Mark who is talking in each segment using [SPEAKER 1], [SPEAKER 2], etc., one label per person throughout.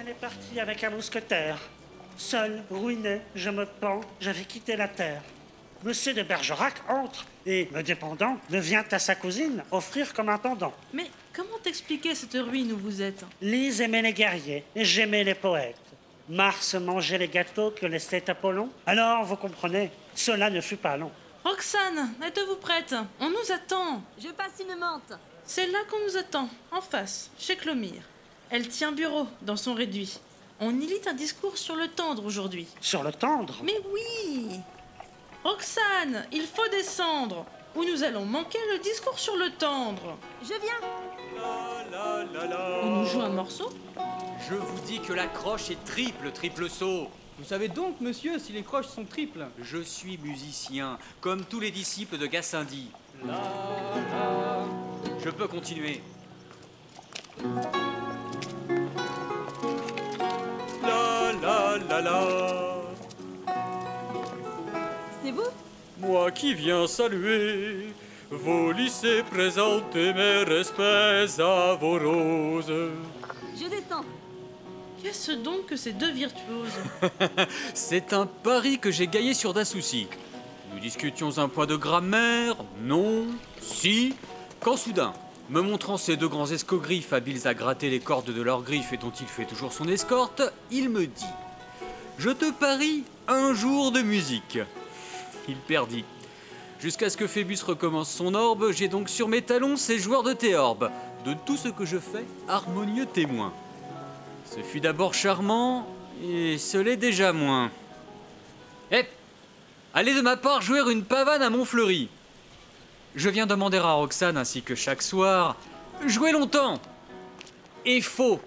[SPEAKER 1] Elle est partie avec un mousquetaire. Seul, ruiné, je me pends, j'avais quitté la terre. Monsieur de Bergerac entre et, me dépendant, devient à sa cousine offrir comme un pendant.
[SPEAKER 2] Mais comment t'expliquer cette ruine où vous êtes
[SPEAKER 1] Lise aimait les guerriers, et j'aimais les poètes. Mars mangeait les gâteaux que laissait Apollon. Alors, vous comprenez, cela ne fut pas long.
[SPEAKER 2] Roxane, êtes-vous prête On nous attend.
[SPEAKER 3] Je passe une menthe.
[SPEAKER 2] C'est là qu'on nous attend, en face, chez Clomire. Elle tient bureau dans son réduit. On y lit un discours sur le tendre aujourd'hui.
[SPEAKER 1] Sur le tendre
[SPEAKER 2] Mais oui Roxane, il faut descendre ou nous allons manquer le discours sur le tendre.
[SPEAKER 3] Je viens.
[SPEAKER 4] La, la, la.
[SPEAKER 2] On nous joue un morceau
[SPEAKER 4] Je vous dis que la croche est triple, triple saut.
[SPEAKER 5] Vous savez donc, monsieur, si les croches sont triples
[SPEAKER 4] Je suis musicien, comme tous les disciples de Gassendi. Je peux continuer. La la la la.
[SPEAKER 3] C'est vous
[SPEAKER 4] Moi qui viens saluer vos lycées, présenter mes respects à vos roses.
[SPEAKER 3] Je descends.
[SPEAKER 2] Qu'est-ce donc que ces deux virtuoses
[SPEAKER 4] C'est un pari que j'ai gagné sur Dassouci. Nous discutions un point de grammaire, non, si, quand soudain, me montrant ces deux grands escogriffes habiles à gratter les cordes de leurs griffes et dont il fait toujours son escorte, il me dit Je te parie un jour de musique. Il perdit. Jusqu'à ce que Phébus recommence son orbe, j'ai donc sur mes talons ces joueurs de théorbe. De tout ce que je fais, harmonieux témoin. Ce fut d'abord charmant, et ce l'est déjà moins. Eh Allez de ma part jouer une pavane à Montfleury Je viens demander à Roxane, ainsi que chaque soir, jouez longtemps Et faux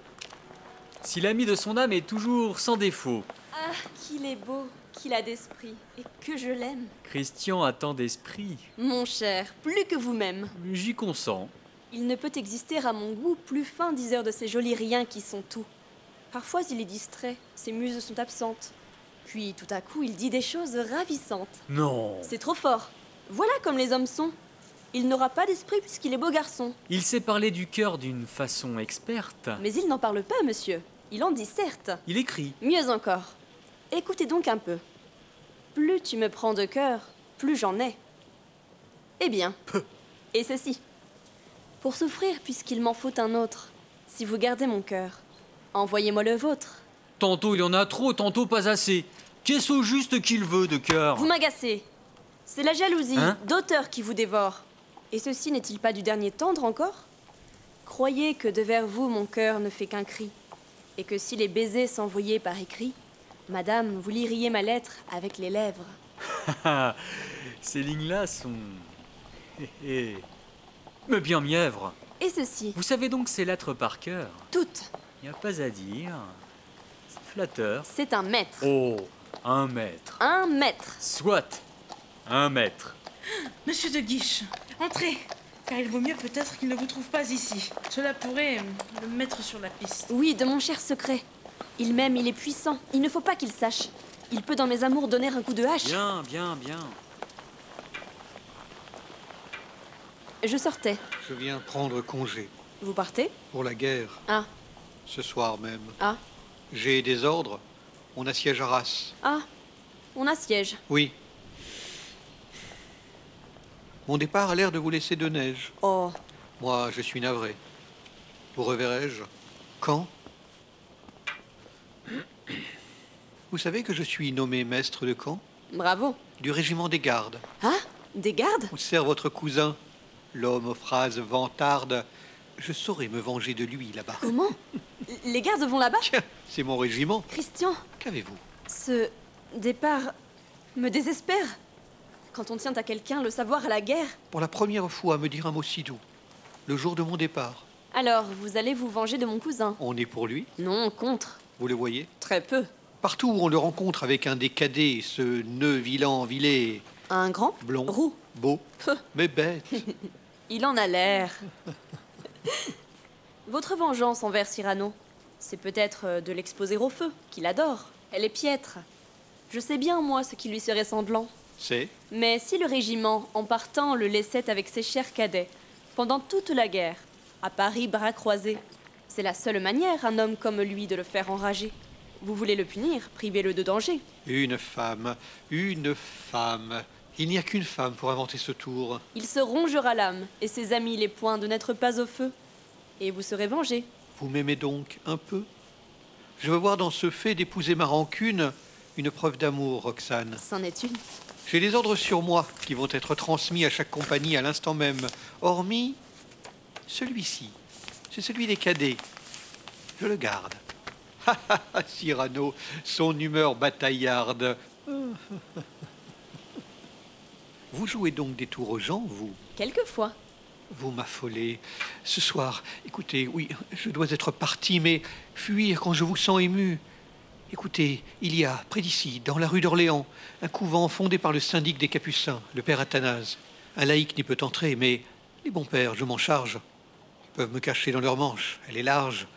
[SPEAKER 4] Si l'ami de son âme est toujours sans défaut,
[SPEAKER 3] Ah, qu'il est beau, qu'il a d'esprit, et que je l'aime.
[SPEAKER 4] Christian a tant d'esprit,
[SPEAKER 3] Mon cher, plus que vous-même.
[SPEAKER 4] j'y consens.
[SPEAKER 3] Il ne peut exister à mon goût plus fin diseur de ces jolis riens qui sont tout. Parfois il est distrait, ses muses sont absentes. Puis tout à coup il dit des choses ravissantes.
[SPEAKER 4] Non
[SPEAKER 3] C'est trop fort. Voilà comme les hommes sont. Il n'aura pas d'esprit puisqu'il est beau garçon.
[SPEAKER 4] Il sait parler du cœur d'une façon experte.
[SPEAKER 3] Mais il n'en parle pas, monsieur. Il en dit certes.
[SPEAKER 4] Il écrit.
[SPEAKER 3] Mieux encore. Écoutez donc un peu. Plus tu me prends de cœur, plus j'en ai. Eh bien. Et ceci. Pour souffrir, puisqu'il m'en faut un autre, si vous gardez mon cœur, envoyez-moi le vôtre.
[SPEAKER 4] Tantôt il en a trop, tantôt pas assez. Qu'est-ce au juste qu'il veut de cœur
[SPEAKER 3] Vous m'agacez. C'est la jalousie
[SPEAKER 4] Oh. Hein
[SPEAKER 3] d'auteur qui vous dévore. Et ceci n'est-il pas du dernier tendre encore Croyez que de vers vous mon cœur ne fait qu'un cri, et que si les baisers s'envoyaient par écrit, Madame, vous liriez ma lettre avec les lèvres.
[SPEAKER 4] Ah, Ces lignes-là sont. Hé, hé. Mais bien mièvre.
[SPEAKER 3] Et ceci,
[SPEAKER 4] Vous savez donc ces lettres par cœur
[SPEAKER 3] toutes.
[SPEAKER 4] Il a pas à dire. C'est flatteur.
[SPEAKER 3] C'est un mètre.
[SPEAKER 4] Oh, un mètre.
[SPEAKER 3] Un mètre.
[SPEAKER 4] Soit un mètre.
[SPEAKER 2] Monsieur de Guiche, entrez Car il vaut mieux peut-être qu'il ne vous trouve pas ici. Cela pourrait euh, le mettre sur la piste.
[SPEAKER 3] Oui, de mon cher secret. Il m'aime, il est puissant. Il ne faut pas qu'il sache. Il peut dans mes amours donner un coup de hache.
[SPEAKER 4] Bien, bien, bien.
[SPEAKER 3] Je sortais.
[SPEAKER 6] Je viens prendre congé
[SPEAKER 3] Vous partez
[SPEAKER 6] pour la guerre
[SPEAKER 3] Ah,
[SPEAKER 6] ce soir même.
[SPEAKER 3] ah,
[SPEAKER 6] J'ai des ordres. On assiège Arras.
[SPEAKER 3] ah. On assiège.
[SPEAKER 6] Oui. Mon départ a l'air de vous laisser de neige.
[SPEAKER 3] Oh,
[SPEAKER 6] Moi, je suis navré. Vous reverrai-je Quand Vous savez que je suis nommé maître de camp
[SPEAKER 3] bravo.
[SPEAKER 6] du régiment des gardes.
[SPEAKER 3] Ah, des gardes
[SPEAKER 6] On sert votre cousin, l'homme aux phrases vantardes. Je saurai me venger de lui là-bas.
[SPEAKER 3] Comment Les gardes vont là-bas
[SPEAKER 6] Tiens, c'est mon régiment.
[SPEAKER 3] Christian,
[SPEAKER 6] Qu'avez-vous
[SPEAKER 3] ce départ me désespère. Quand on tient à quelqu'un le savoir à la guerre,
[SPEAKER 6] pour la première fois me dire un mot si doux. Le jour de mon départ,
[SPEAKER 3] alors vous allez vous venger de mon cousin.
[SPEAKER 6] on est pour lui,
[SPEAKER 3] Non, contre.
[SPEAKER 6] vous le voyez
[SPEAKER 3] Très peu.
[SPEAKER 6] Partout où on le rencontre avec un des cadets, ce nœud vilain, vilé,
[SPEAKER 3] Un grand
[SPEAKER 6] blond,
[SPEAKER 3] Roux.
[SPEAKER 6] beau,
[SPEAKER 3] Peu.
[SPEAKER 6] mais bête.
[SPEAKER 3] Il en a l'air. Votre vengeance envers Cyrano, c'est peut-être euh, de l'exposer au feu, qu'il adore. Elle est piètre. Je sais bien, moi, ce qui lui serait semblant.
[SPEAKER 6] C'est
[SPEAKER 3] Mais si le régiment, en partant, le laissait avec ses chers cadets, pendant toute la guerre, à Paris bras croisés, C'est la seule manière, un homme comme lui, de le faire enrager. Vous voulez le punir, privez-le de danger.
[SPEAKER 6] Une femme, une femme. Il n'y a qu'une femme pour inventer ce tour.
[SPEAKER 3] Il se rongera l'âme, et ses amis les points de n'être pas au feu. Et vous serez vengé.
[SPEAKER 6] Vous m'aimez donc un peu Je veux voir dans ce fait d'épouser ma rancune une preuve d'amour, Roxane.
[SPEAKER 3] C'en est une.
[SPEAKER 6] J'ai des ordres sur moi qui vont être transmis à chaque compagnie à l'instant même, hormis celui-ci. C'est celui des cadets. Je le garde. Ha, ha, ha, Cyrano, son humeur bataillarde. Vous jouez donc des tours aux gens, vous
[SPEAKER 3] Quelquefois.
[SPEAKER 6] Vous m'affolez. Ce soir, écoutez, oui, je dois être parti, mais fuir quand je vous sens ému. Écoutez, il y a, près d'ici, dans la rue d'Orléans, un couvent fondé par le syndic des Capucins, le père Athanase. Un laïc n'y peut entrer, mais les bons pères, je m'en charge. Ils peuvent me cacher dans leur manche, elle est large.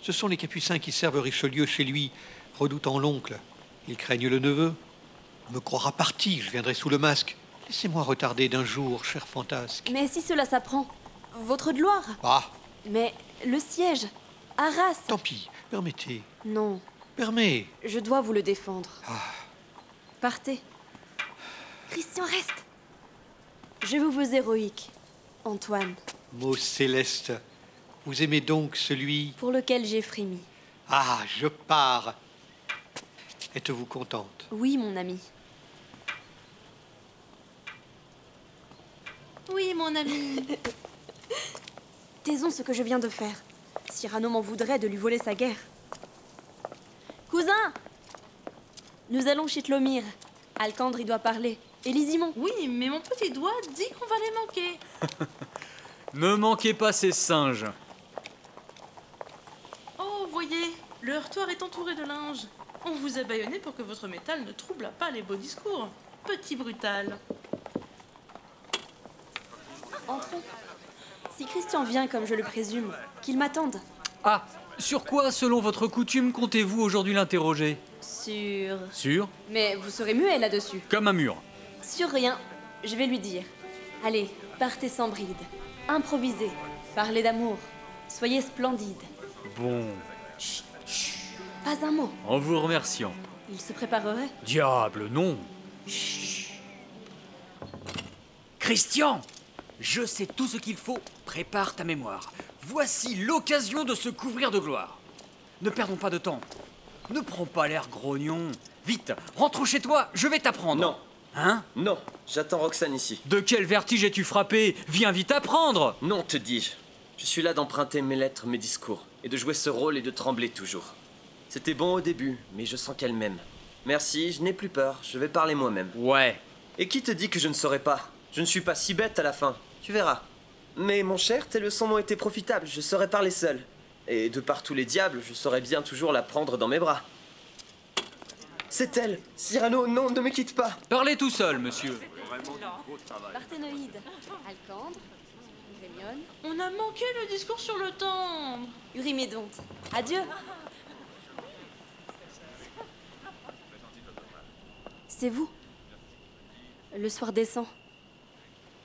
[SPEAKER 6] Ce sont les Capucins qui servent Richelieu chez lui, redoutant l'oncle. Ils craignent le neveu. On me croira parti, je viendrai sous le masque. Laissez-moi retarder d'un jour, cher fantasque.
[SPEAKER 3] Mais si cela s'apprend, votre gloire
[SPEAKER 6] Ah,
[SPEAKER 3] Mais le siège Arras
[SPEAKER 6] tant pis, permettez,
[SPEAKER 3] Non,
[SPEAKER 6] permets.
[SPEAKER 3] je dois vous le défendre. Partez. Christian, reste Je vous veux héroïque, Antoine,
[SPEAKER 6] Mot céleste, vous aimez donc celui
[SPEAKER 3] pour lequel j'ai frémi.
[SPEAKER 6] Ah, je pars. Êtes-vous contente
[SPEAKER 3] Oui, mon ami.
[SPEAKER 2] Oui, mon ami.
[SPEAKER 3] Taisons ce que je viens de faire. Cyrano m'en voudrait de lui voler sa guerre. Cousin Nous allons chez Tlomir. Alcandre y doit parler. Et Lysimon
[SPEAKER 2] Oui, mais mon petit doigt dit qu'on va les manquer.
[SPEAKER 4] Ne manquez pas ces singes.
[SPEAKER 2] Oh, voyez, le heurtoir est entouré de linge. On vous a bâillonné pour que votre métal ne trouble pas les beaux discours. Petit brutal.
[SPEAKER 3] Entrons. Si Christian vient comme je le présume, qu'il m'attende.
[SPEAKER 4] Ah, sur quoi, selon votre coutume, comptez-vous aujourd'hui l'interroger
[SPEAKER 3] Sur.
[SPEAKER 4] Sur
[SPEAKER 3] Mais vous serez muet là-dessus.
[SPEAKER 4] Comme un mur.
[SPEAKER 3] Sur rien, je vais lui dire. Allez, partez sans bride. Improvisez. Parlez d'amour. Soyez splendide.
[SPEAKER 4] Bon,
[SPEAKER 3] Pas un mot.
[SPEAKER 4] en vous remerciant.
[SPEAKER 3] Il se préparerait.
[SPEAKER 4] Diable, non Christian Je sais tout ce qu'il faut. Prépare ta mémoire. Voici l'occasion de se couvrir de gloire. Ne perdons pas de temps. Ne prends pas l'air grognon. Vite, rentre chez toi, je vais t'apprendre.
[SPEAKER 7] Non.
[SPEAKER 4] Hein
[SPEAKER 7] Non, j'attends Roxane ici.
[SPEAKER 4] De quel vertige es-tu frappé Viens vite apprendre
[SPEAKER 7] Non, te dis-je. Je suis là d'emprunter mes lettres, mes discours, et de jouer ce rôle et de trembler toujours. C'était bon au début, mais je sens qu'elle m'aime. Merci, je n'ai plus peur, je vais parler moi-même.
[SPEAKER 4] Ouais.
[SPEAKER 7] Et qui te dit que je ne saurais pas Je ne suis pas si bête à la fin, tu verras. Mais mon cher, tes leçons m'ont été profitables, je saurais parler seul. Et de par tous les diables, je saurais bien toujours la prendre dans mes bras. C'est elle Cyrano, non, ne me quitte pas
[SPEAKER 4] Parlez tout seul, monsieur.
[SPEAKER 3] Parthénoïde. Alcandre. Rémione.
[SPEAKER 2] On a manqué le discours sur le temps.
[SPEAKER 3] Eurimedonte. Adieu. C'est vous. Le soir descend.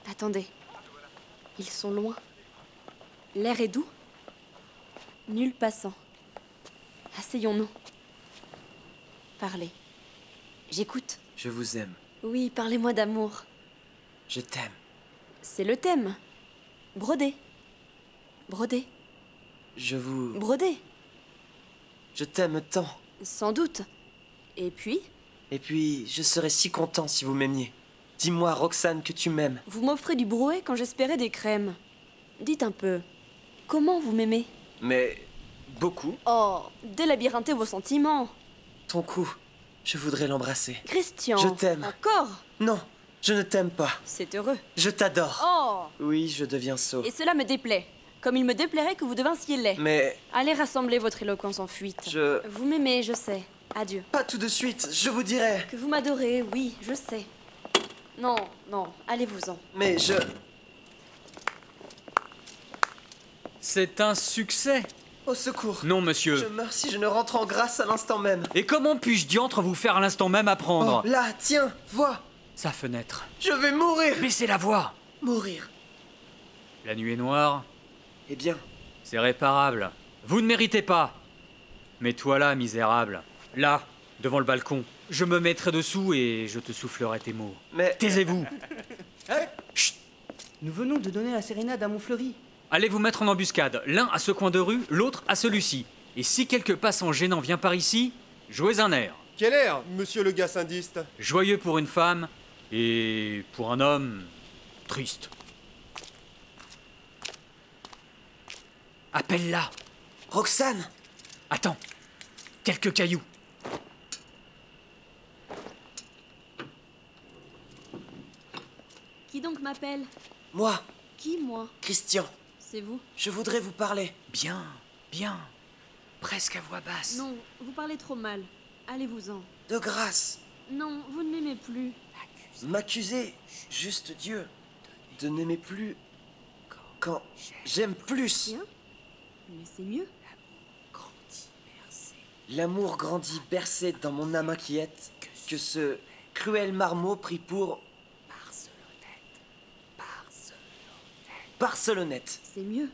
[SPEAKER 3] Attendez. Ils sont loin. L'air est doux. Nul passant. Asseyons-nous. Parlez. J'écoute.
[SPEAKER 7] Je vous aime,
[SPEAKER 3] Oui, parlez-moi d'amour.
[SPEAKER 7] je t'aime.
[SPEAKER 3] C'est le thème. Broder. Broder.
[SPEAKER 7] Je vous...
[SPEAKER 3] Broder.
[SPEAKER 7] Je t'aime tant.
[SPEAKER 3] Sans doute. Et puis
[SPEAKER 7] Et puis, je serais si content si vous m'aimiez. Dis-moi, Roxane, que tu m'aimes.
[SPEAKER 3] Vous m'offrez du brouet quand j'espérais des crèmes. Dites un peu, comment vous m'aimez
[SPEAKER 7] Mais beaucoup.
[SPEAKER 3] Oh, délabyrinthez vos sentiments.
[SPEAKER 7] Ton cou, je voudrais l'embrasser.
[SPEAKER 3] Christian.
[SPEAKER 7] Je t'aime.
[SPEAKER 3] Encore
[SPEAKER 7] Non, je ne t'aime pas.
[SPEAKER 3] C'est heureux.
[SPEAKER 7] Je t'adore.
[SPEAKER 3] Oh
[SPEAKER 7] Oui, je deviens sot.
[SPEAKER 3] Et cela me déplaît. Comme il me déplairait que vous devinssiez laid.
[SPEAKER 7] Mais
[SPEAKER 3] Allez rassembler votre éloquence en fuite.
[SPEAKER 7] je...
[SPEAKER 3] Vous m'aimez, je sais. Adieu.
[SPEAKER 7] Pas tout de suite, je vous dirai.
[SPEAKER 3] Que vous m'adorez, oui, je sais. Non, non, allez-vous-en.
[SPEAKER 7] Mais je...
[SPEAKER 4] C'est un succès.
[SPEAKER 7] Au secours.
[SPEAKER 4] Non,
[SPEAKER 7] Je
[SPEAKER 4] monsieur.
[SPEAKER 7] meurs si je ne rentre en grâce à l'instant même.
[SPEAKER 4] Et comment puis-je diantre vous faire à l'instant même apprendre
[SPEAKER 7] Oh, là, tiens, vois.
[SPEAKER 4] Sa fenêtre.
[SPEAKER 7] Je vais mourir.
[SPEAKER 4] Baissez la voix
[SPEAKER 7] Mourir.
[SPEAKER 4] La nuit est noire,
[SPEAKER 7] Eh bien,
[SPEAKER 4] c'est réparable. Vous ne méritez pas Mais toi là, misérable, là, devant le balcon, je me mettrai dessous et je te soufflerai tes mots.
[SPEAKER 7] Mais
[SPEAKER 4] Taisez-vous
[SPEAKER 8] Nous venons de donner la sérénade à Montfleury.
[SPEAKER 4] Allez vous mettre en embuscade, l'un à ce coin de rue, l'autre à celui-ci. Et si quelque passant gênant vient par ici, jouez un air.
[SPEAKER 9] Quel air, monsieur le gars syndiste
[SPEAKER 4] Joyeux pour une femme et pour un homme triste. Appelle-la
[SPEAKER 7] Roxane
[SPEAKER 4] Attends, quelques cailloux.
[SPEAKER 3] Qui donc m'appelle
[SPEAKER 7] Moi,
[SPEAKER 3] Qui, moi
[SPEAKER 7] Christian,
[SPEAKER 3] C'est vous
[SPEAKER 7] je voudrais vous parler.
[SPEAKER 4] Bien, bien, presque à voix basse.
[SPEAKER 3] Non, vous parlez trop mal. Allez-vous-en.
[SPEAKER 7] De grâce,
[SPEAKER 3] Non, vous ne m'aimez plus.
[SPEAKER 7] m'accuser, juste Dieu, de n'aimer plus quand j'aime plus.
[SPEAKER 3] Bien. Mais c'est mieux.
[SPEAKER 7] L'amour grandit bercé dans mon âme inquiète que ce cruel marmot pris pour. Barcelonnette.
[SPEAKER 3] C'est mieux.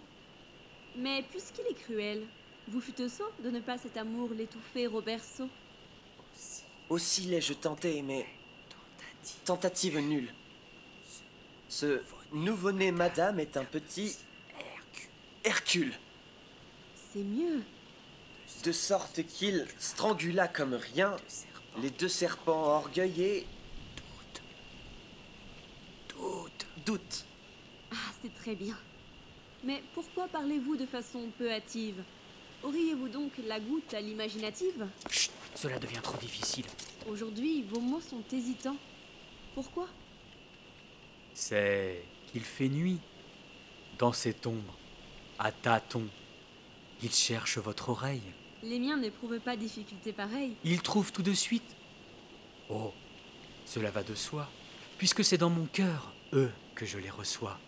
[SPEAKER 3] Mais puisqu'il est cruel, vous fûtes sot de ne pas cet amour l'étouffer Robertso.
[SPEAKER 7] Aussi l'ai-je tenté, mais. Tentative nulle. Ce nouveau-né madame est un petit. Hercule.
[SPEAKER 3] C'est mieux.
[SPEAKER 7] De sorte qu'il strangula comme rien les deux serpents orgueillés. Doute. Doute.
[SPEAKER 3] Ah, c'est très bien. Mais pourquoi parlez-vous de façon peu hâtive Auriez-vous donc la goutte à l'imaginative
[SPEAKER 4] Cela devient trop difficile.
[SPEAKER 3] Aujourd'hui, vos mots sont hésitants. Pourquoi
[SPEAKER 4] C'est qu'il fait nuit. Dans cette ombre, à tâtons, il cherche votre oreille.
[SPEAKER 3] Les miens n'éprouvaient pas difficulté pareille.
[SPEAKER 4] Il trouve tout de suite. Oh, cela va de soi, puisque c'est dans mon cœur, eux, que je les reçois.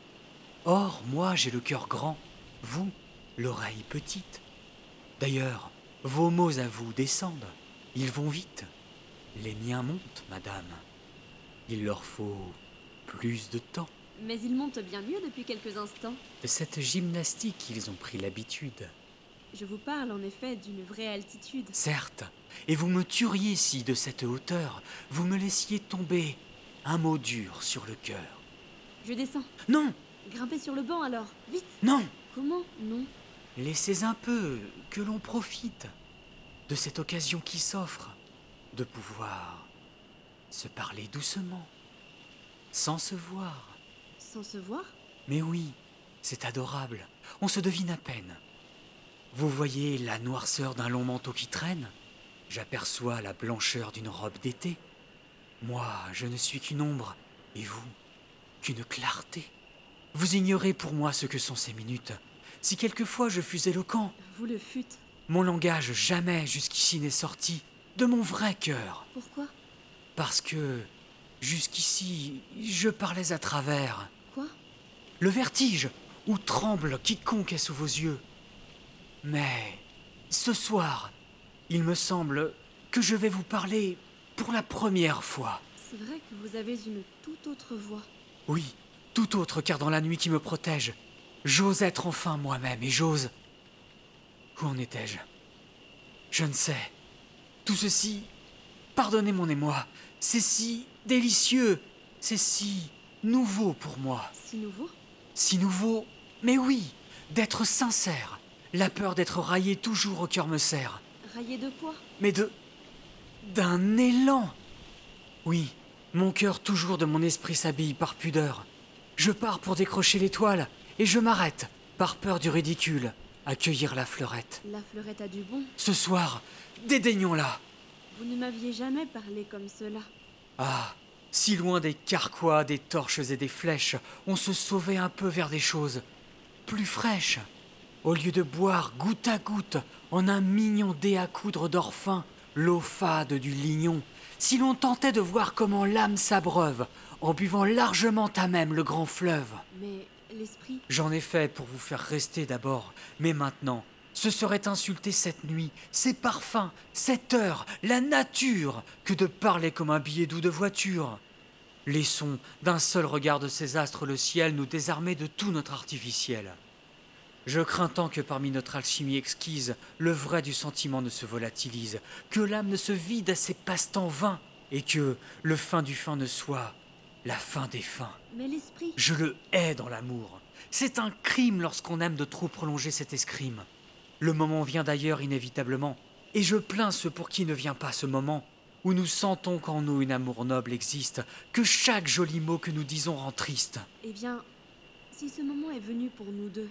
[SPEAKER 4] Or, moi, j'ai le cœur grand, vous, l'oreille petite. D'ailleurs, vos mots à vous descendent, ils vont vite. Les miens montent, madame. Il leur faut plus de temps.
[SPEAKER 3] Mais ils montent bien mieux depuis quelques instants.
[SPEAKER 4] De cette gymnastique, ils ont pris l'habitude.
[SPEAKER 3] Je vous parle en effet d'une vraie altitude.
[SPEAKER 4] Certes, et vous me tueriez si, de cette hauteur, vous me laissiez tomber un mot dur sur le cœur.
[SPEAKER 3] Je descends.
[SPEAKER 4] Non,
[SPEAKER 3] Grimpez sur le banc alors, vite
[SPEAKER 4] non,
[SPEAKER 3] Comment Non
[SPEAKER 4] laissez un peu que l'on profite de cette occasion qui s'offre de pouvoir se parler doucement, sans se voir.
[SPEAKER 3] Sans se voir
[SPEAKER 4] Mais oui, c'est adorable, on se devine à peine. Vous voyez la noirceur d'un long manteau qui traîne J'aperçois la blancheur d'une robe d'été. Moi, je ne suis qu'une ombre, et vous, qu'une clarté. Vous ignorez pour moi ce que sont ces minutes. Si quelquefois je fus éloquent,
[SPEAKER 3] Vous le fûtes.
[SPEAKER 4] mon langage jamais jusqu'ici n'est sorti de mon vrai cœur,
[SPEAKER 3] Pourquoi
[SPEAKER 4] parce que jusqu'ici je parlais à travers
[SPEAKER 3] Quoi
[SPEAKER 4] le vertige où tremble quiconque est sous vos yeux. Mais ce soir, il me semble que je vais vous parler pour la première fois.
[SPEAKER 3] C'est vrai que vous avez une toute autre voix.
[SPEAKER 4] Oui, tout autre car dans la nuit qui me protège, j'ose être enfin moi-même et j'ose... Où en étais-je Je ne sais. Tout ceci, pardonnez mon émoi, c'est si délicieux, c'est si nouveau pour moi.
[SPEAKER 3] Si nouveau
[SPEAKER 4] Si nouveau, mais oui, d'être sincère. La peur d'être raillé toujours au cœur me serre,
[SPEAKER 3] Raillé de quoi
[SPEAKER 4] mais de. d'un élan. Oui, mon cœur toujours de mon esprit s'habille par pudeur. Je pars pour décrocher l'étoile, et je m'arrête, par peur du ridicule, à cueillir la fleurette.
[SPEAKER 3] La fleurette a du bon.
[SPEAKER 4] Ce soir, dédaignons-la.
[SPEAKER 3] Vous ne m'aviez jamais parlé comme cela.
[SPEAKER 4] Ah, si loin des carquois, des torches et des flèches, on se sauvait un peu vers des choses plus fraîches. Au lieu de boire goutte à goutte, en un mignon dé à coudre d'or fin, l'eau fade du lignon, si l'on tentait de voir comment l'âme s'abreuve, en buvant largement à même le grand fleuve.
[SPEAKER 3] Mais l'esprit,
[SPEAKER 4] J'en ai fait pour vous faire rester d'abord, mais maintenant, ce serait insulter cette nuit, ces parfums, cette heure, la nature, que de parler comme un billet doux de voiture. Laissons d'un seul regard de ces astres le ciel nous désarmer de tout notre artificiel. Je crains tant que parmi notre alchimie exquise, le vrai du sentiment ne se volatilise, que l'âme ne se vide à ses passe-temps vains, et que le fin du fin ne soit la fin des fins.
[SPEAKER 3] Mais l'esprit.
[SPEAKER 4] Je le hais dans l'amour. C'est un crime lorsqu'on aime de trop prolonger cet escrime. Le moment vient d'ailleurs inévitablement, et je plains ceux pour qui ne vient pas ce moment, où nous sentons qu'en nous une amour noble existe, que chaque joli mot que nous disons rend triste.
[SPEAKER 3] Eh bien, si ce moment est venu pour nous deux,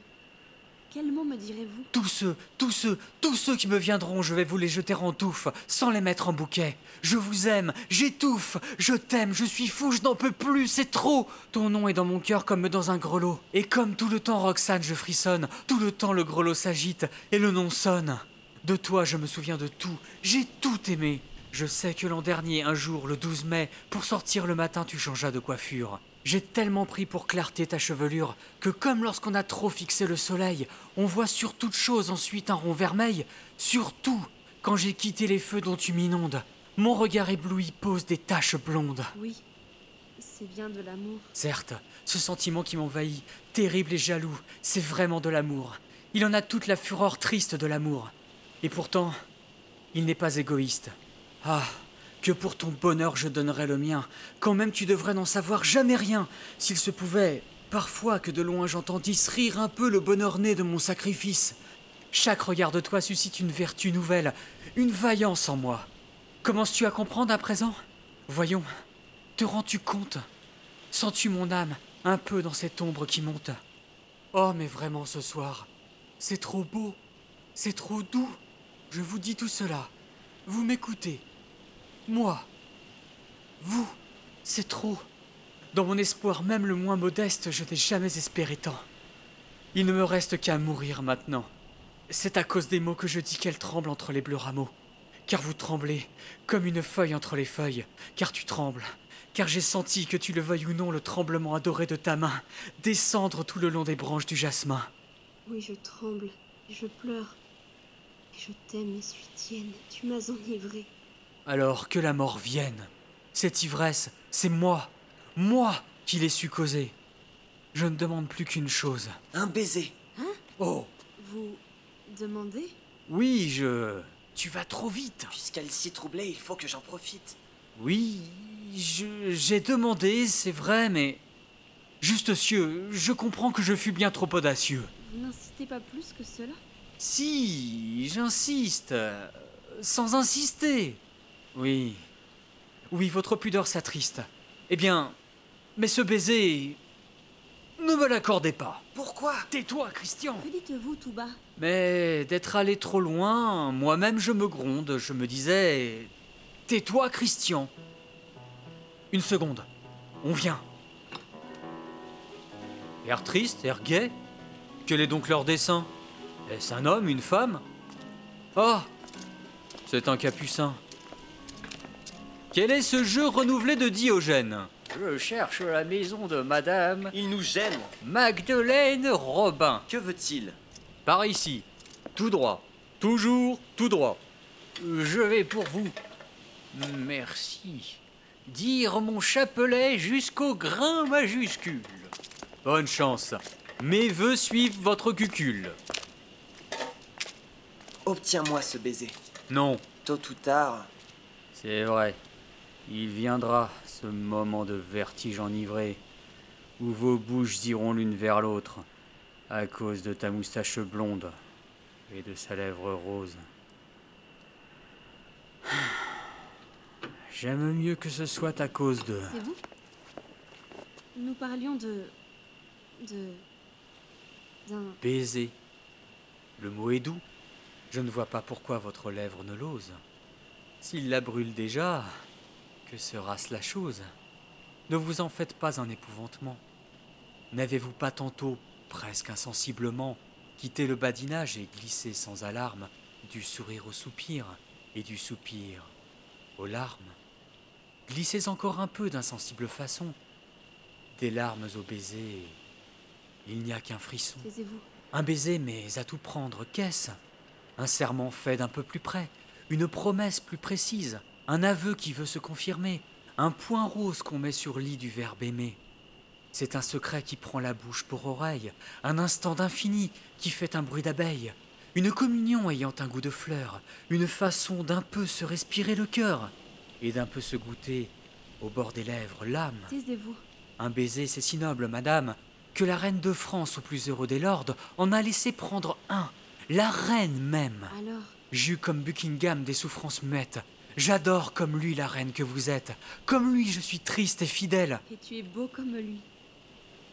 [SPEAKER 3] quel mot me direz-vous
[SPEAKER 4] Tous ceux, tous ceux, tous ceux qui me viendront, je vais vous les jeter en touffe, sans les mettre en bouquet. Je vous aime, j'étouffe, je t'aime, je suis fou, je n'en peux plus, c'est trop Ton nom est dans mon cœur comme dans un grelot. Et comme tout le temps Roxane, je frissonne, tout le temps le grelot s'agite, et le nom sonne. De toi, je me souviens de tout, j'ai tout aimé. Je sais que l'an dernier, un jour, le 12 mai, pour sortir le matin, tu changeas de coiffure. J'ai tellement pris pour clarté ta chevelure que, comme lorsqu'on a trop fixé le soleil, on voit sur toute chose ensuite un rond vermeil. Surtout quand j'ai quitté les feux dont tu m'inondes, mon regard ébloui pose des taches blondes.
[SPEAKER 3] Oui, c'est bien de l'amour.
[SPEAKER 4] Certes, ce sentiment qui m'envahit, terrible et jaloux, c'est vraiment de l'amour. Il en a toute la fureur triste de l'amour. Et pourtant, il n'est pas égoïste. Ah, que pour ton bonheur je donnerais le mien, quand même tu devrais n'en savoir jamais rien, s'il se pouvait, parfois que de loin j'entendisse rire un peu le bonheur né de mon sacrifice. Chaque regard de toi suscite une vertu nouvelle, une vaillance en moi. Commences-tu à comprendre à présent Voyons, te rends-tu compte Sens-tu mon âme un peu dans cette ombre qui monte Oh, mais vraiment ce soir, c'est trop beau, c'est trop doux. Je vous dis tout cela. Vous m'écoutez. Moi. Vous. C'est trop. Dans mon espoir même le moins modeste, je n'ai jamais espéré tant. Il ne me reste qu'à mourir maintenant. C'est à cause des mots que je dis qu'elle tremble entre les bleus rameaux. Car vous tremblez, comme une feuille entre les feuilles, car tu trembles, car j'ai senti, que tu le veuilles ou non, le tremblement adoré de ta main descendre tout le long des branches du jasmin.
[SPEAKER 3] Oui, je tremble, et je pleure. Et je t'aime et suis tienne. Tu m'as enivrée.
[SPEAKER 4] Alors que la mort vienne. Cette ivresse, c'est moi, moi qui l'ai su causer. Je ne demande plus qu'une chose.
[SPEAKER 7] Un baiser.
[SPEAKER 4] Oh
[SPEAKER 3] Vous demandez
[SPEAKER 4] Oui, je. Tu vas trop vite
[SPEAKER 7] Puisqu'elle s'y troublait, il faut que j'en profite.
[SPEAKER 4] Oui, je. J'ai demandé, c'est vrai, mais. Juste cieux, je comprends que je fus bien trop audacieux.
[SPEAKER 3] Vous n'insistez pas plus que cela
[SPEAKER 4] Si, j'insiste. euh, Sans insister. Oui. Oui, votre pudeur s'attriste. Eh bien, mais ce baiser. Ne me l'accordez pas.
[SPEAKER 7] Pourquoi
[SPEAKER 4] Tais-toi, Christian.
[SPEAKER 3] Que dites-vous tout bas
[SPEAKER 4] Mais d'être allé trop loin, moi-même je me gronde. Je me disais. Tais-toi, Christian. Une seconde. On vient. Air triste, air gai Quel est donc leur dessein Est-ce un homme, une femme Oh C'est un capucin. Quel est ce jeu renouvelé de Diogène
[SPEAKER 10] Je cherche la maison de Madame
[SPEAKER 7] Il nous gêne.
[SPEAKER 10] Magdeleine Robin.
[SPEAKER 7] Que veut-il
[SPEAKER 4] Par ici. Tout droit. Toujours tout droit.
[SPEAKER 10] Je vais pour vous. Merci. Dire mon chapelet jusqu'au grain majuscule.
[SPEAKER 4] Bonne chance. Mes voeux suivent votre cucule.
[SPEAKER 7] Obtiens-moi ce baiser.
[SPEAKER 4] Non,
[SPEAKER 7] Tôt ou tard,
[SPEAKER 10] C'est vrai. Il viendra ce moment de vertige enivré où vos bouches iront l'une vers l'autre à cause de ta moustache blonde et de sa lèvre rose. J'aime mieux que ce soit à cause de...
[SPEAKER 3] C'est vous Nous parlions de. de. d'un.
[SPEAKER 4] Baiser. Le mot est doux. Je ne vois pas pourquoi votre lèvre ne l'ose. S'il la brûle déjà, que sera-ce la chose Ne vous en faites pas un épouvantement. N'avez-vous pas tantôt, presque insensiblement, quitté le badinage et glissé sans alarme du sourire au soupir et du soupir aux larmes Glissez encore un peu d'insensible façon, des larmes au baiser, il n'y a qu'un frisson.
[SPEAKER 3] Taisez-vous.
[SPEAKER 4] Un baiser, mais à tout prendre, qu'est-ce Un serment fait d'un peu plus près, une promesse plus précise, un aveu qui veut se confirmer, un point rose qu'on met sur lit du verbe aimer. C'est un secret qui prend la bouche pour oreille, un instant d'infini qui fait un bruit d'abeille, une communion ayant un goût de fleur, une façon d'un peu se respirer le cœur et d'un peu se goûter au bord des lèvres l'âme.
[SPEAKER 3] Taisez-vous.
[SPEAKER 4] Un baiser, c'est si noble, madame, que la reine de France, au plus heureux des lords, en a laissé prendre un, la reine même.
[SPEAKER 3] Alors
[SPEAKER 4] J'eus comme Buckingham des souffrances muettes. J'adore comme lui la reine que vous êtes. Comme lui, je suis triste et fidèle.
[SPEAKER 3] Et tu es beau comme lui.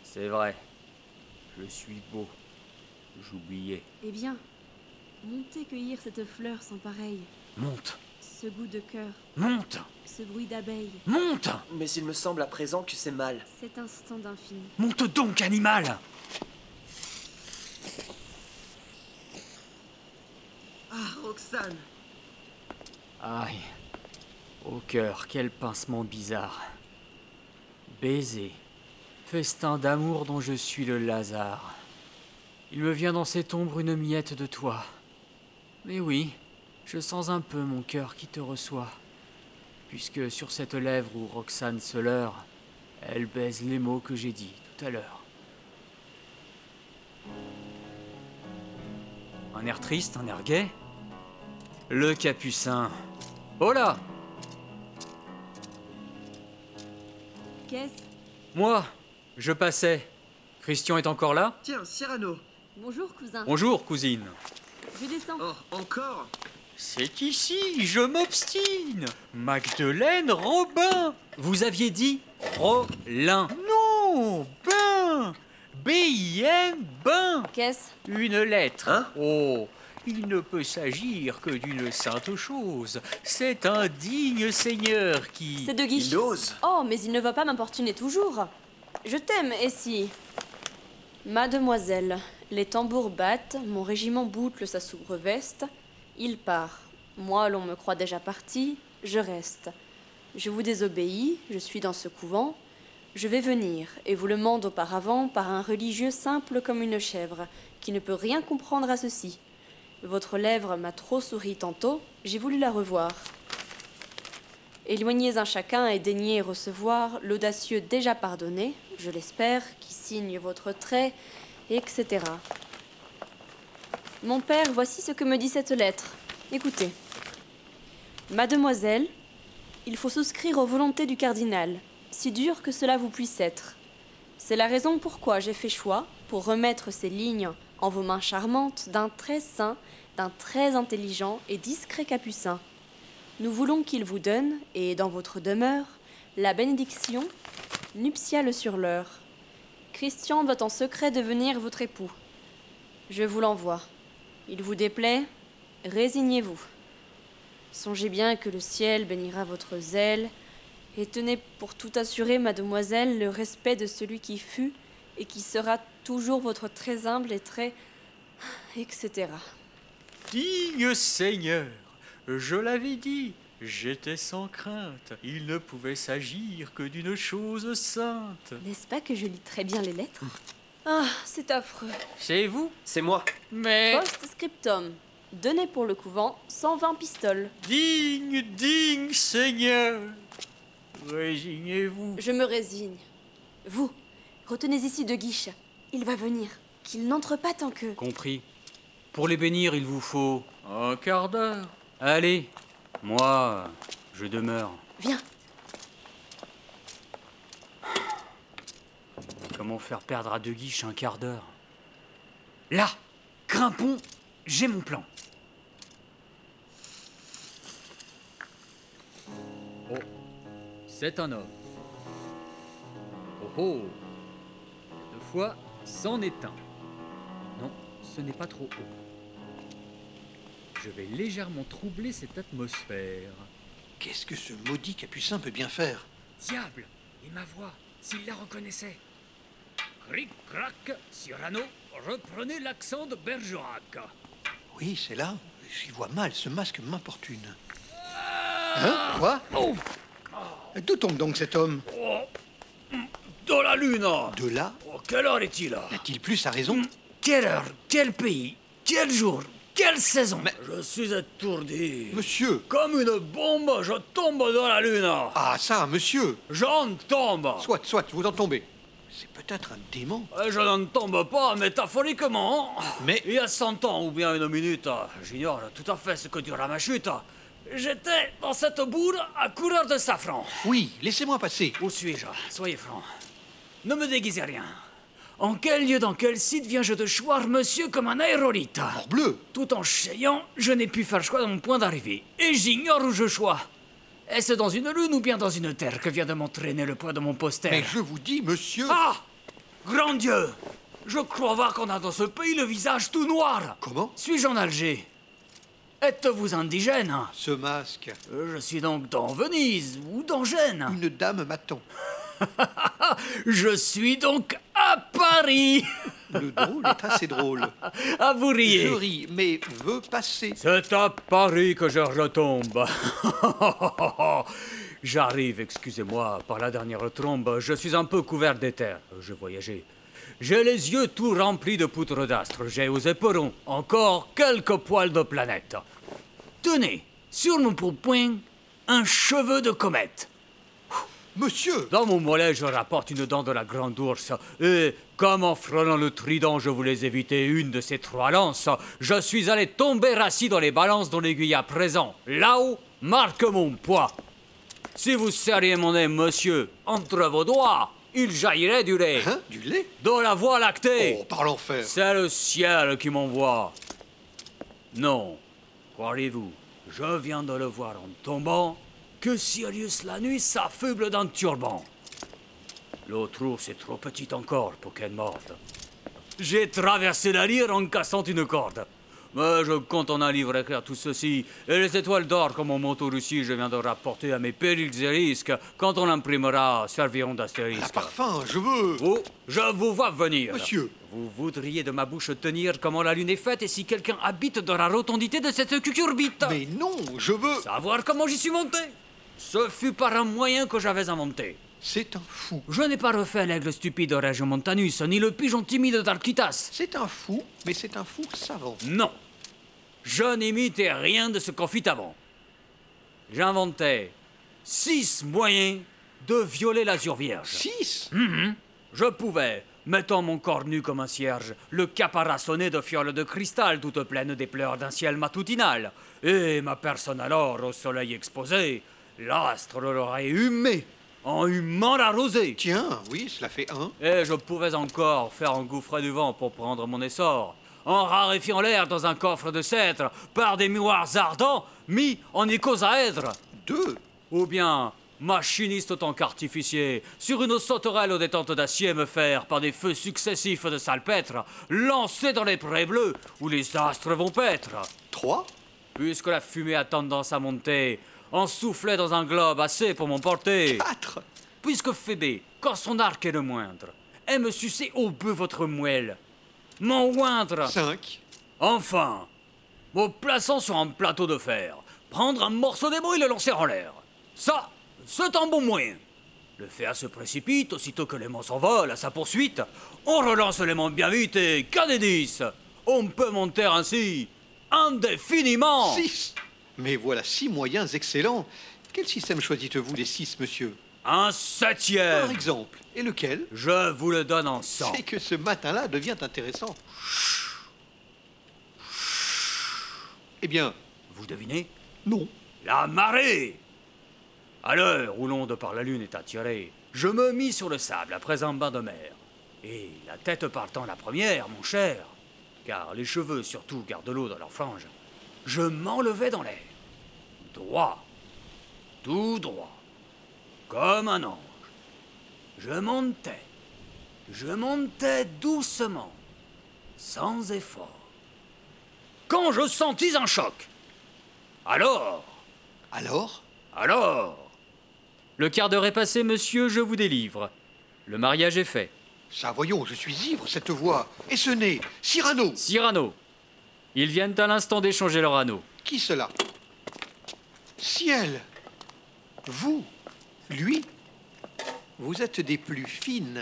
[SPEAKER 4] C'est vrai. Je suis beau. J'oubliais.
[SPEAKER 3] Eh bien, montez cueillir cette fleur sans pareil,
[SPEAKER 4] Monte,
[SPEAKER 3] ce goût de cœur,
[SPEAKER 4] monte,
[SPEAKER 3] ce bruit d'abeille,
[SPEAKER 4] monte
[SPEAKER 7] Mais il me semble à présent que c'est mal.
[SPEAKER 3] cet instant d'infini.
[SPEAKER 4] Monte donc, animal
[SPEAKER 7] Ah, Roxane
[SPEAKER 4] Aïe. Au cœur, quel pincement bizarre. Baiser. Festin d'amour dont je suis le Lazare. Il me vient dans cette ombre une miette de toi. Mais oui, je sens un peu mon cœur qui te reçoit. Puisque sur cette lèvre où Roxane se leurre, elle baise les mots que j'ai dit tout à l'heure. Un air triste, un air gai le capucin. Oh là
[SPEAKER 3] Qu'est-ce
[SPEAKER 4] Moi, je passais. Christian est encore là
[SPEAKER 7] Tiens, Cyrano
[SPEAKER 3] Bonjour, cousin.
[SPEAKER 4] Bonjour, cousine.
[SPEAKER 3] Je descends.
[SPEAKER 7] Oh, encore
[SPEAKER 4] C'est ici, je m'obstine. Magdeleine Robin Vous aviez dit Rolin. Non Ben B-I-N, ben
[SPEAKER 3] Qu'est-ce
[SPEAKER 4] Une lettre.
[SPEAKER 7] Hein
[SPEAKER 4] oh, il ne peut s'agir que d'une sainte chose. C'est un digne seigneur qui...
[SPEAKER 3] C'est de Guiche.
[SPEAKER 7] Il ose
[SPEAKER 3] Oh, mais il ne va pas m'importuner toujours. Je t'aime, Essie. Mademoiselle, les tambours battent, mon régiment boucle sa sobre-veste. Il part. Moi, l'on me croit déjà parti, je reste. Je vous désobéis, je suis dans ce couvent. Je vais venir, et vous le mande auparavant par un religieux simple comme une chèvre, qui ne peut rien comprendre à ceci. Votre lèvre m'a trop souri tantôt, j'ai voulu la revoir. Éloignez un chacun et daignez recevoir l'audacieux déjà pardonné, je l'espère, qui signe votre trait, etc. Mon père, voici ce que me dit cette lettre. Écoutez. Mademoiselle, il faut souscrire aux volontés du cardinal, si dur que cela vous puisse être. C'est la raison pourquoi j'ai fait choix, pour remettre ces lignes en vos mains charmantes, d'un très saint, d'un très intelligent et discret capucin. Nous voulons qu'il vous donne, et dans votre demeure, la bénédiction nuptiale sur l'heure. Christian doit en secret devenir votre époux. Je vous l'envoie. Il vous déplaît Résignez-vous. Songez bien que le ciel bénira votre zèle, et tenez pour tout assurer, mademoiselle, le respect de celui qui fut et qui sera toujours votre très humble et très... etc.
[SPEAKER 4] Digne Seigneur, je l'avais dit, j'étais sans crainte, il ne pouvait s'agir que d'une chose sainte.
[SPEAKER 3] N'est-ce pas que je lis très bien les lettres Ah, c'est affreux.
[SPEAKER 4] C'est vous
[SPEAKER 7] C'est moi
[SPEAKER 4] Mais...
[SPEAKER 3] Post-scriptum. Donnez pour le couvent 120 pistoles.
[SPEAKER 4] Digne, digne Seigneur, résignez-vous.
[SPEAKER 3] Je me résigne. Vous, retenez ici de Guiche. Il va venir. Qu'il n'entre pas tant que...
[SPEAKER 4] Compris. Pour les bénir, il vous faut un quart d'heure. Allez, moi, je demeure.
[SPEAKER 3] Viens,
[SPEAKER 4] Comment faire perdre à deux guiches un quart d'heure Là Grimpons J'ai mon plan Oh C'est un homme. Oh oh Deux fois, c'en est un. Non, ce n'est pas trop haut. Je vais légèrement troubler cette atmosphère.
[SPEAKER 6] Qu'est-ce que ce maudit capucin peut bien faire
[SPEAKER 4] Diable Et ma voix, s'il la reconnaissait Cric-crac, Cyrano, reprenez l'accent de Bergerac.
[SPEAKER 6] Oui, c'est là. J'y vois mal, ce masque m'importune. Hein Quoi D'où tombe donc cet homme
[SPEAKER 4] De la lune
[SPEAKER 6] De là,
[SPEAKER 4] Oh, Quelle heure est-il
[SPEAKER 6] n'a-t-il plus sa raison
[SPEAKER 4] Quelle heure Quel pays Quel jour Quelle saison Je suis étourdi.
[SPEAKER 6] Monsieur
[SPEAKER 4] Comme une bombe, je tombe dans la lune
[SPEAKER 6] Ah ça, monsieur
[SPEAKER 4] J'en tombe
[SPEAKER 6] Soit, soit, vous en tombez. C'est peut-être un démon.
[SPEAKER 4] Euh, Je n'en tombe pas, mais t'affolé comment
[SPEAKER 6] Mais-
[SPEAKER 4] Il y a 100 ans, ou bien une minute, euh, j'ignore tout à fait ce que dura ma chute. J'étais dans cette bourre à couleur de safran.
[SPEAKER 6] Oui, laissez-moi passer.
[SPEAKER 4] Où suis-je Soyez franc. Ne me déguisez rien. En quel lieu, dans quel site viens-je de choir monsieur comme un aérolite
[SPEAKER 6] Bleu
[SPEAKER 4] Tout en chiant, je n'ai pu faire choix dans mon point d'arrivée. Et j'ignore où je choix. Est-ce dans une lune ou bien dans une terre que vient de m'entraîner le poids de mon poster
[SPEAKER 6] Mais je vous dis, monsieur.
[SPEAKER 4] Ah Grand Dieu Je crois voir qu'on a dans ce pays le visage tout noir
[SPEAKER 6] Comment
[SPEAKER 4] Suis-je en Alger Êtes-vous indigène
[SPEAKER 6] Ce masque.
[SPEAKER 4] Euh, Je suis donc dans Venise ou dans Gênes.
[SPEAKER 6] Une dame m'attend.
[SPEAKER 4] Je suis donc à Paris
[SPEAKER 6] Le drôle est assez drôle.
[SPEAKER 4] À vous
[SPEAKER 6] Je
[SPEAKER 4] riez
[SPEAKER 6] ris, mais veux passer.
[SPEAKER 4] C'est à Paris que je retombe. J'arrive, excusez-moi, par la dernière trombe. Je suis un peu couvert d'éther. Je voyageais. J'ai les yeux tout remplis de poutres d'astres. J'ai aux éperons encore quelques poils de planète. Tenez, sur mon pourpoint, un cheveu de comète.
[SPEAKER 6] Monsieur
[SPEAKER 4] Dans mon mollet, je rapporte une dent de la grande ours. Et, comme en frôlant le trident, je voulais éviter une de ces trois lances, je suis allé tomber assis dans les balances dont l'aiguille à présent, là-haut, marque mon poids. Si vous serriez mon nez, monsieur, entre vos doigts, il jaillirait du lait.
[SPEAKER 6] Hein Du lait
[SPEAKER 4] Dans la voie lactée.
[SPEAKER 6] Oh, par l'enfer
[SPEAKER 4] C'est le ciel qui m'envoie. Non, croirez-vous, je viens de le voir en tombant que Sirius la nuit s'affuble d'un turban. L'autre ours est trop petite encore pour qu'elle morde. J'ai traversé la lyre en cassant une corde. Mais je compte en un livre écrire tout ceci et les étoiles d'or comme mon manteau russie je viens de rapporter à mes périls et risques quand on l'imprimera serviront
[SPEAKER 6] Ah,
[SPEAKER 4] d'astérisque.
[SPEAKER 6] parfum, je veux
[SPEAKER 4] Vous, je vous vois venir.
[SPEAKER 6] Monsieur.
[SPEAKER 4] Vous voudriez de ma bouche tenir comment la lune est faite et si quelqu'un habite dans la rotondité de cette cucurbite.
[SPEAKER 6] Mais non, je veux
[SPEAKER 4] Savoir comment j'y suis monté. Ce fut par un moyen que j'avais inventé.
[SPEAKER 6] C'est un fou.
[SPEAKER 4] Je n'ai pas refait l'aigle stupide de Reggio Montanus, ni le pigeon timide d'Arquitas.
[SPEAKER 6] C'est un fou, mais c'est un fou savant.
[SPEAKER 4] Non. Je n'imitais rien de ce qu'on fit avant. J'inventais six moyens de violer l'azur vierge.
[SPEAKER 6] Six
[SPEAKER 4] Je pouvais, mettant mon corps nu comme un cierge, le caparaçonner de fioles de cristal toutes pleines des pleurs d'un ciel matutinal. Et ma personne alors, au soleil exposé, l'astre l'aurait humé, en humant la rosée.
[SPEAKER 6] Tiens, oui, cela fait un.
[SPEAKER 4] Et je pouvais encore faire engouffrer du vent pour prendre mon essor, en raréfiant l'air dans un coffre de cèdre par des miroirs ardents mis en icosaèdre.
[SPEAKER 6] Deux
[SPEAKER 4] Ou bien, machiniste autant qu'artificier, sur une sauterelle aux détentes d'acier me faire, par des feux successifs de salpêtre, lancer dans les prés bleus, où les astres vont paître.
[SPEAKER 6] Trois
[SPEAKER 4] Puisque la fumée a tendance à monter, en souffler dans un globe assez pour m'emporter.
[SPEAKER 6] Quatre
[SPEAKER 4] Puisque Phébé, quand son arc est le moindre, aime sucer au bœuf votre moelle. M'en oindre
[SPEAKER 6] Cinq
[SPEAKER 4] Enfin, me plaçant sur un plateau de fer, prendre un morceau d'émoi et le lancer en l'air. Ça, c'est un bon moyen. Le fer se précipite aussitôt que l'aimant s'envole à sa poursuite. On relance l'aimant bien vite et qu'un des dix. On peut monter ainsi indéfiniment.
[SPEAKER 6] Six Mais voilà six moyens excellents. Quel système choisissez-vous des six, monsieur
[SPEAKER 4] Un
[SPEAKER 6] Par
[SPEAKER 4] septième.
[SPEAKER 6] exemple. Et lequel
[SPEAKER 4] Je vous le donne en cent.
[SPEAKER 6] C'est que ce matin-là devient intéressant. Eh bien,
[SPEAKER 4] Vous devinez
[SPEAKER 6] non.
[SPEAKER 4] La marée À l'heure où l'onde par la lune est attirée, je me mis sur le sable après un bain de mer. Et la tête partant la première, mon cher, car les cheveux surtout gardent l'eau dans leur frange, je m'enlevai dans l'air. Droit, tout droit, comme un ange. Je montais, je montais doucement, sans effort. Quand je sentis un choc, alors
[SPEAKER 6] Alors
[SPEAKER 4] alors Le quart d'heure est passé, monsieur, je vous délivre. Le mariage est fait.
[SPEAKER 6] Ça, voyons, je suis ivre, cette voix. Et ce n'est Cyrano.
[SPEAKER 4] Cyrano Ils viennent à l'instant d'échanger leur anneau.
[SPEAKER 6] Qui cela Ciel Vous Lui Vous êtes des plus fines.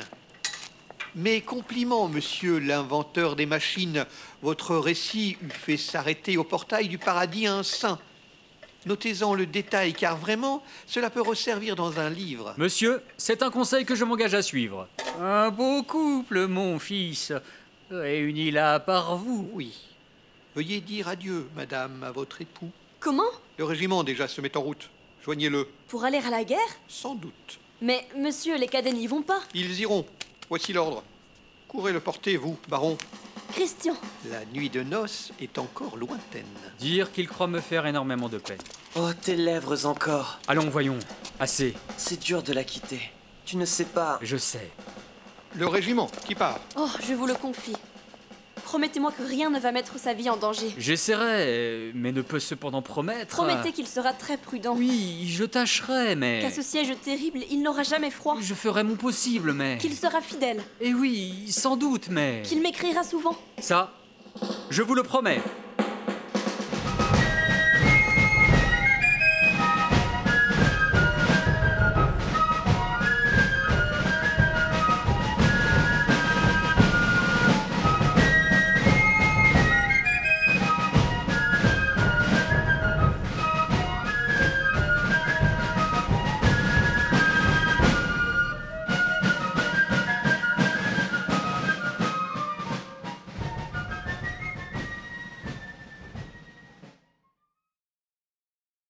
[SPEAKER 6] Mes compliments, monsieur l'inventeur des machines. Votre récit eût fait s'arrêter au portail du paradis un saint. Notez-en le détail, car vraiment, cela peut resservir dans un livre.
[SPEAKER 4] Monsieur, c'est un conseil que je m'engage à suivre. Un beau couple, mon fils, réuni là par vous.
[SPEAKER 6] Oui. Veuillez dire adieu, madame, à votre époux.
[SPEAKER 3] Comment
[SPEAKER 6] Le régiment déjà se met en route. Joignez-le.
[SPEAKER 3] Pour aller à la guerre
[SPEAKER 6] Sans doute.
[SPEAKER 3] Mais monsieur, les cadets n'y vont pas.
[SPEAKER 6] Ils iront. Voici l'ordre. Courez le porter, vous, baron.
[SPEAKER 3] Christian,
[SPEAKER 6] La nuit de noces est encore lointaine.
[SPEAKER 4] Dire qu'il croit me faire énormément de peine.
[SPEAKER 7] Oh, tes lèvres encore.
[SPEAKER 4] Allons, voyons. Assez,
[SPEAKER 7] C'est dur de la quitter. Tu ne sais pas.
[SPEAKER 4] je sais.
[SPEAKER 6] Le régiment qui part.
[SPEAKER 3] oh, je vous le confie. Promettez-moi que rien ne va mettre sa vie en danger.
[SPEAKER 4] J'essaierai, mais ne peux cependant promettre.
[SPEAKER 3] Promettez qu'il sera très prudent.
[SPEAKER 4] Oui, je tâcherai, mais.
[SPEAKER 3] Qu'à ce siège terrible, il n'aura jamais froid.
[SPEAKER 4] Je ferai mon possible, mais.
[SPEAKER 3] Qu'il sera fidèle.
[SPEAKER 4] Eh oui, sans doute, mais.
[SPEAKER 3] Qu'il m'écrira souvent.
[SPEAKER 4] Ça, je vous le promets.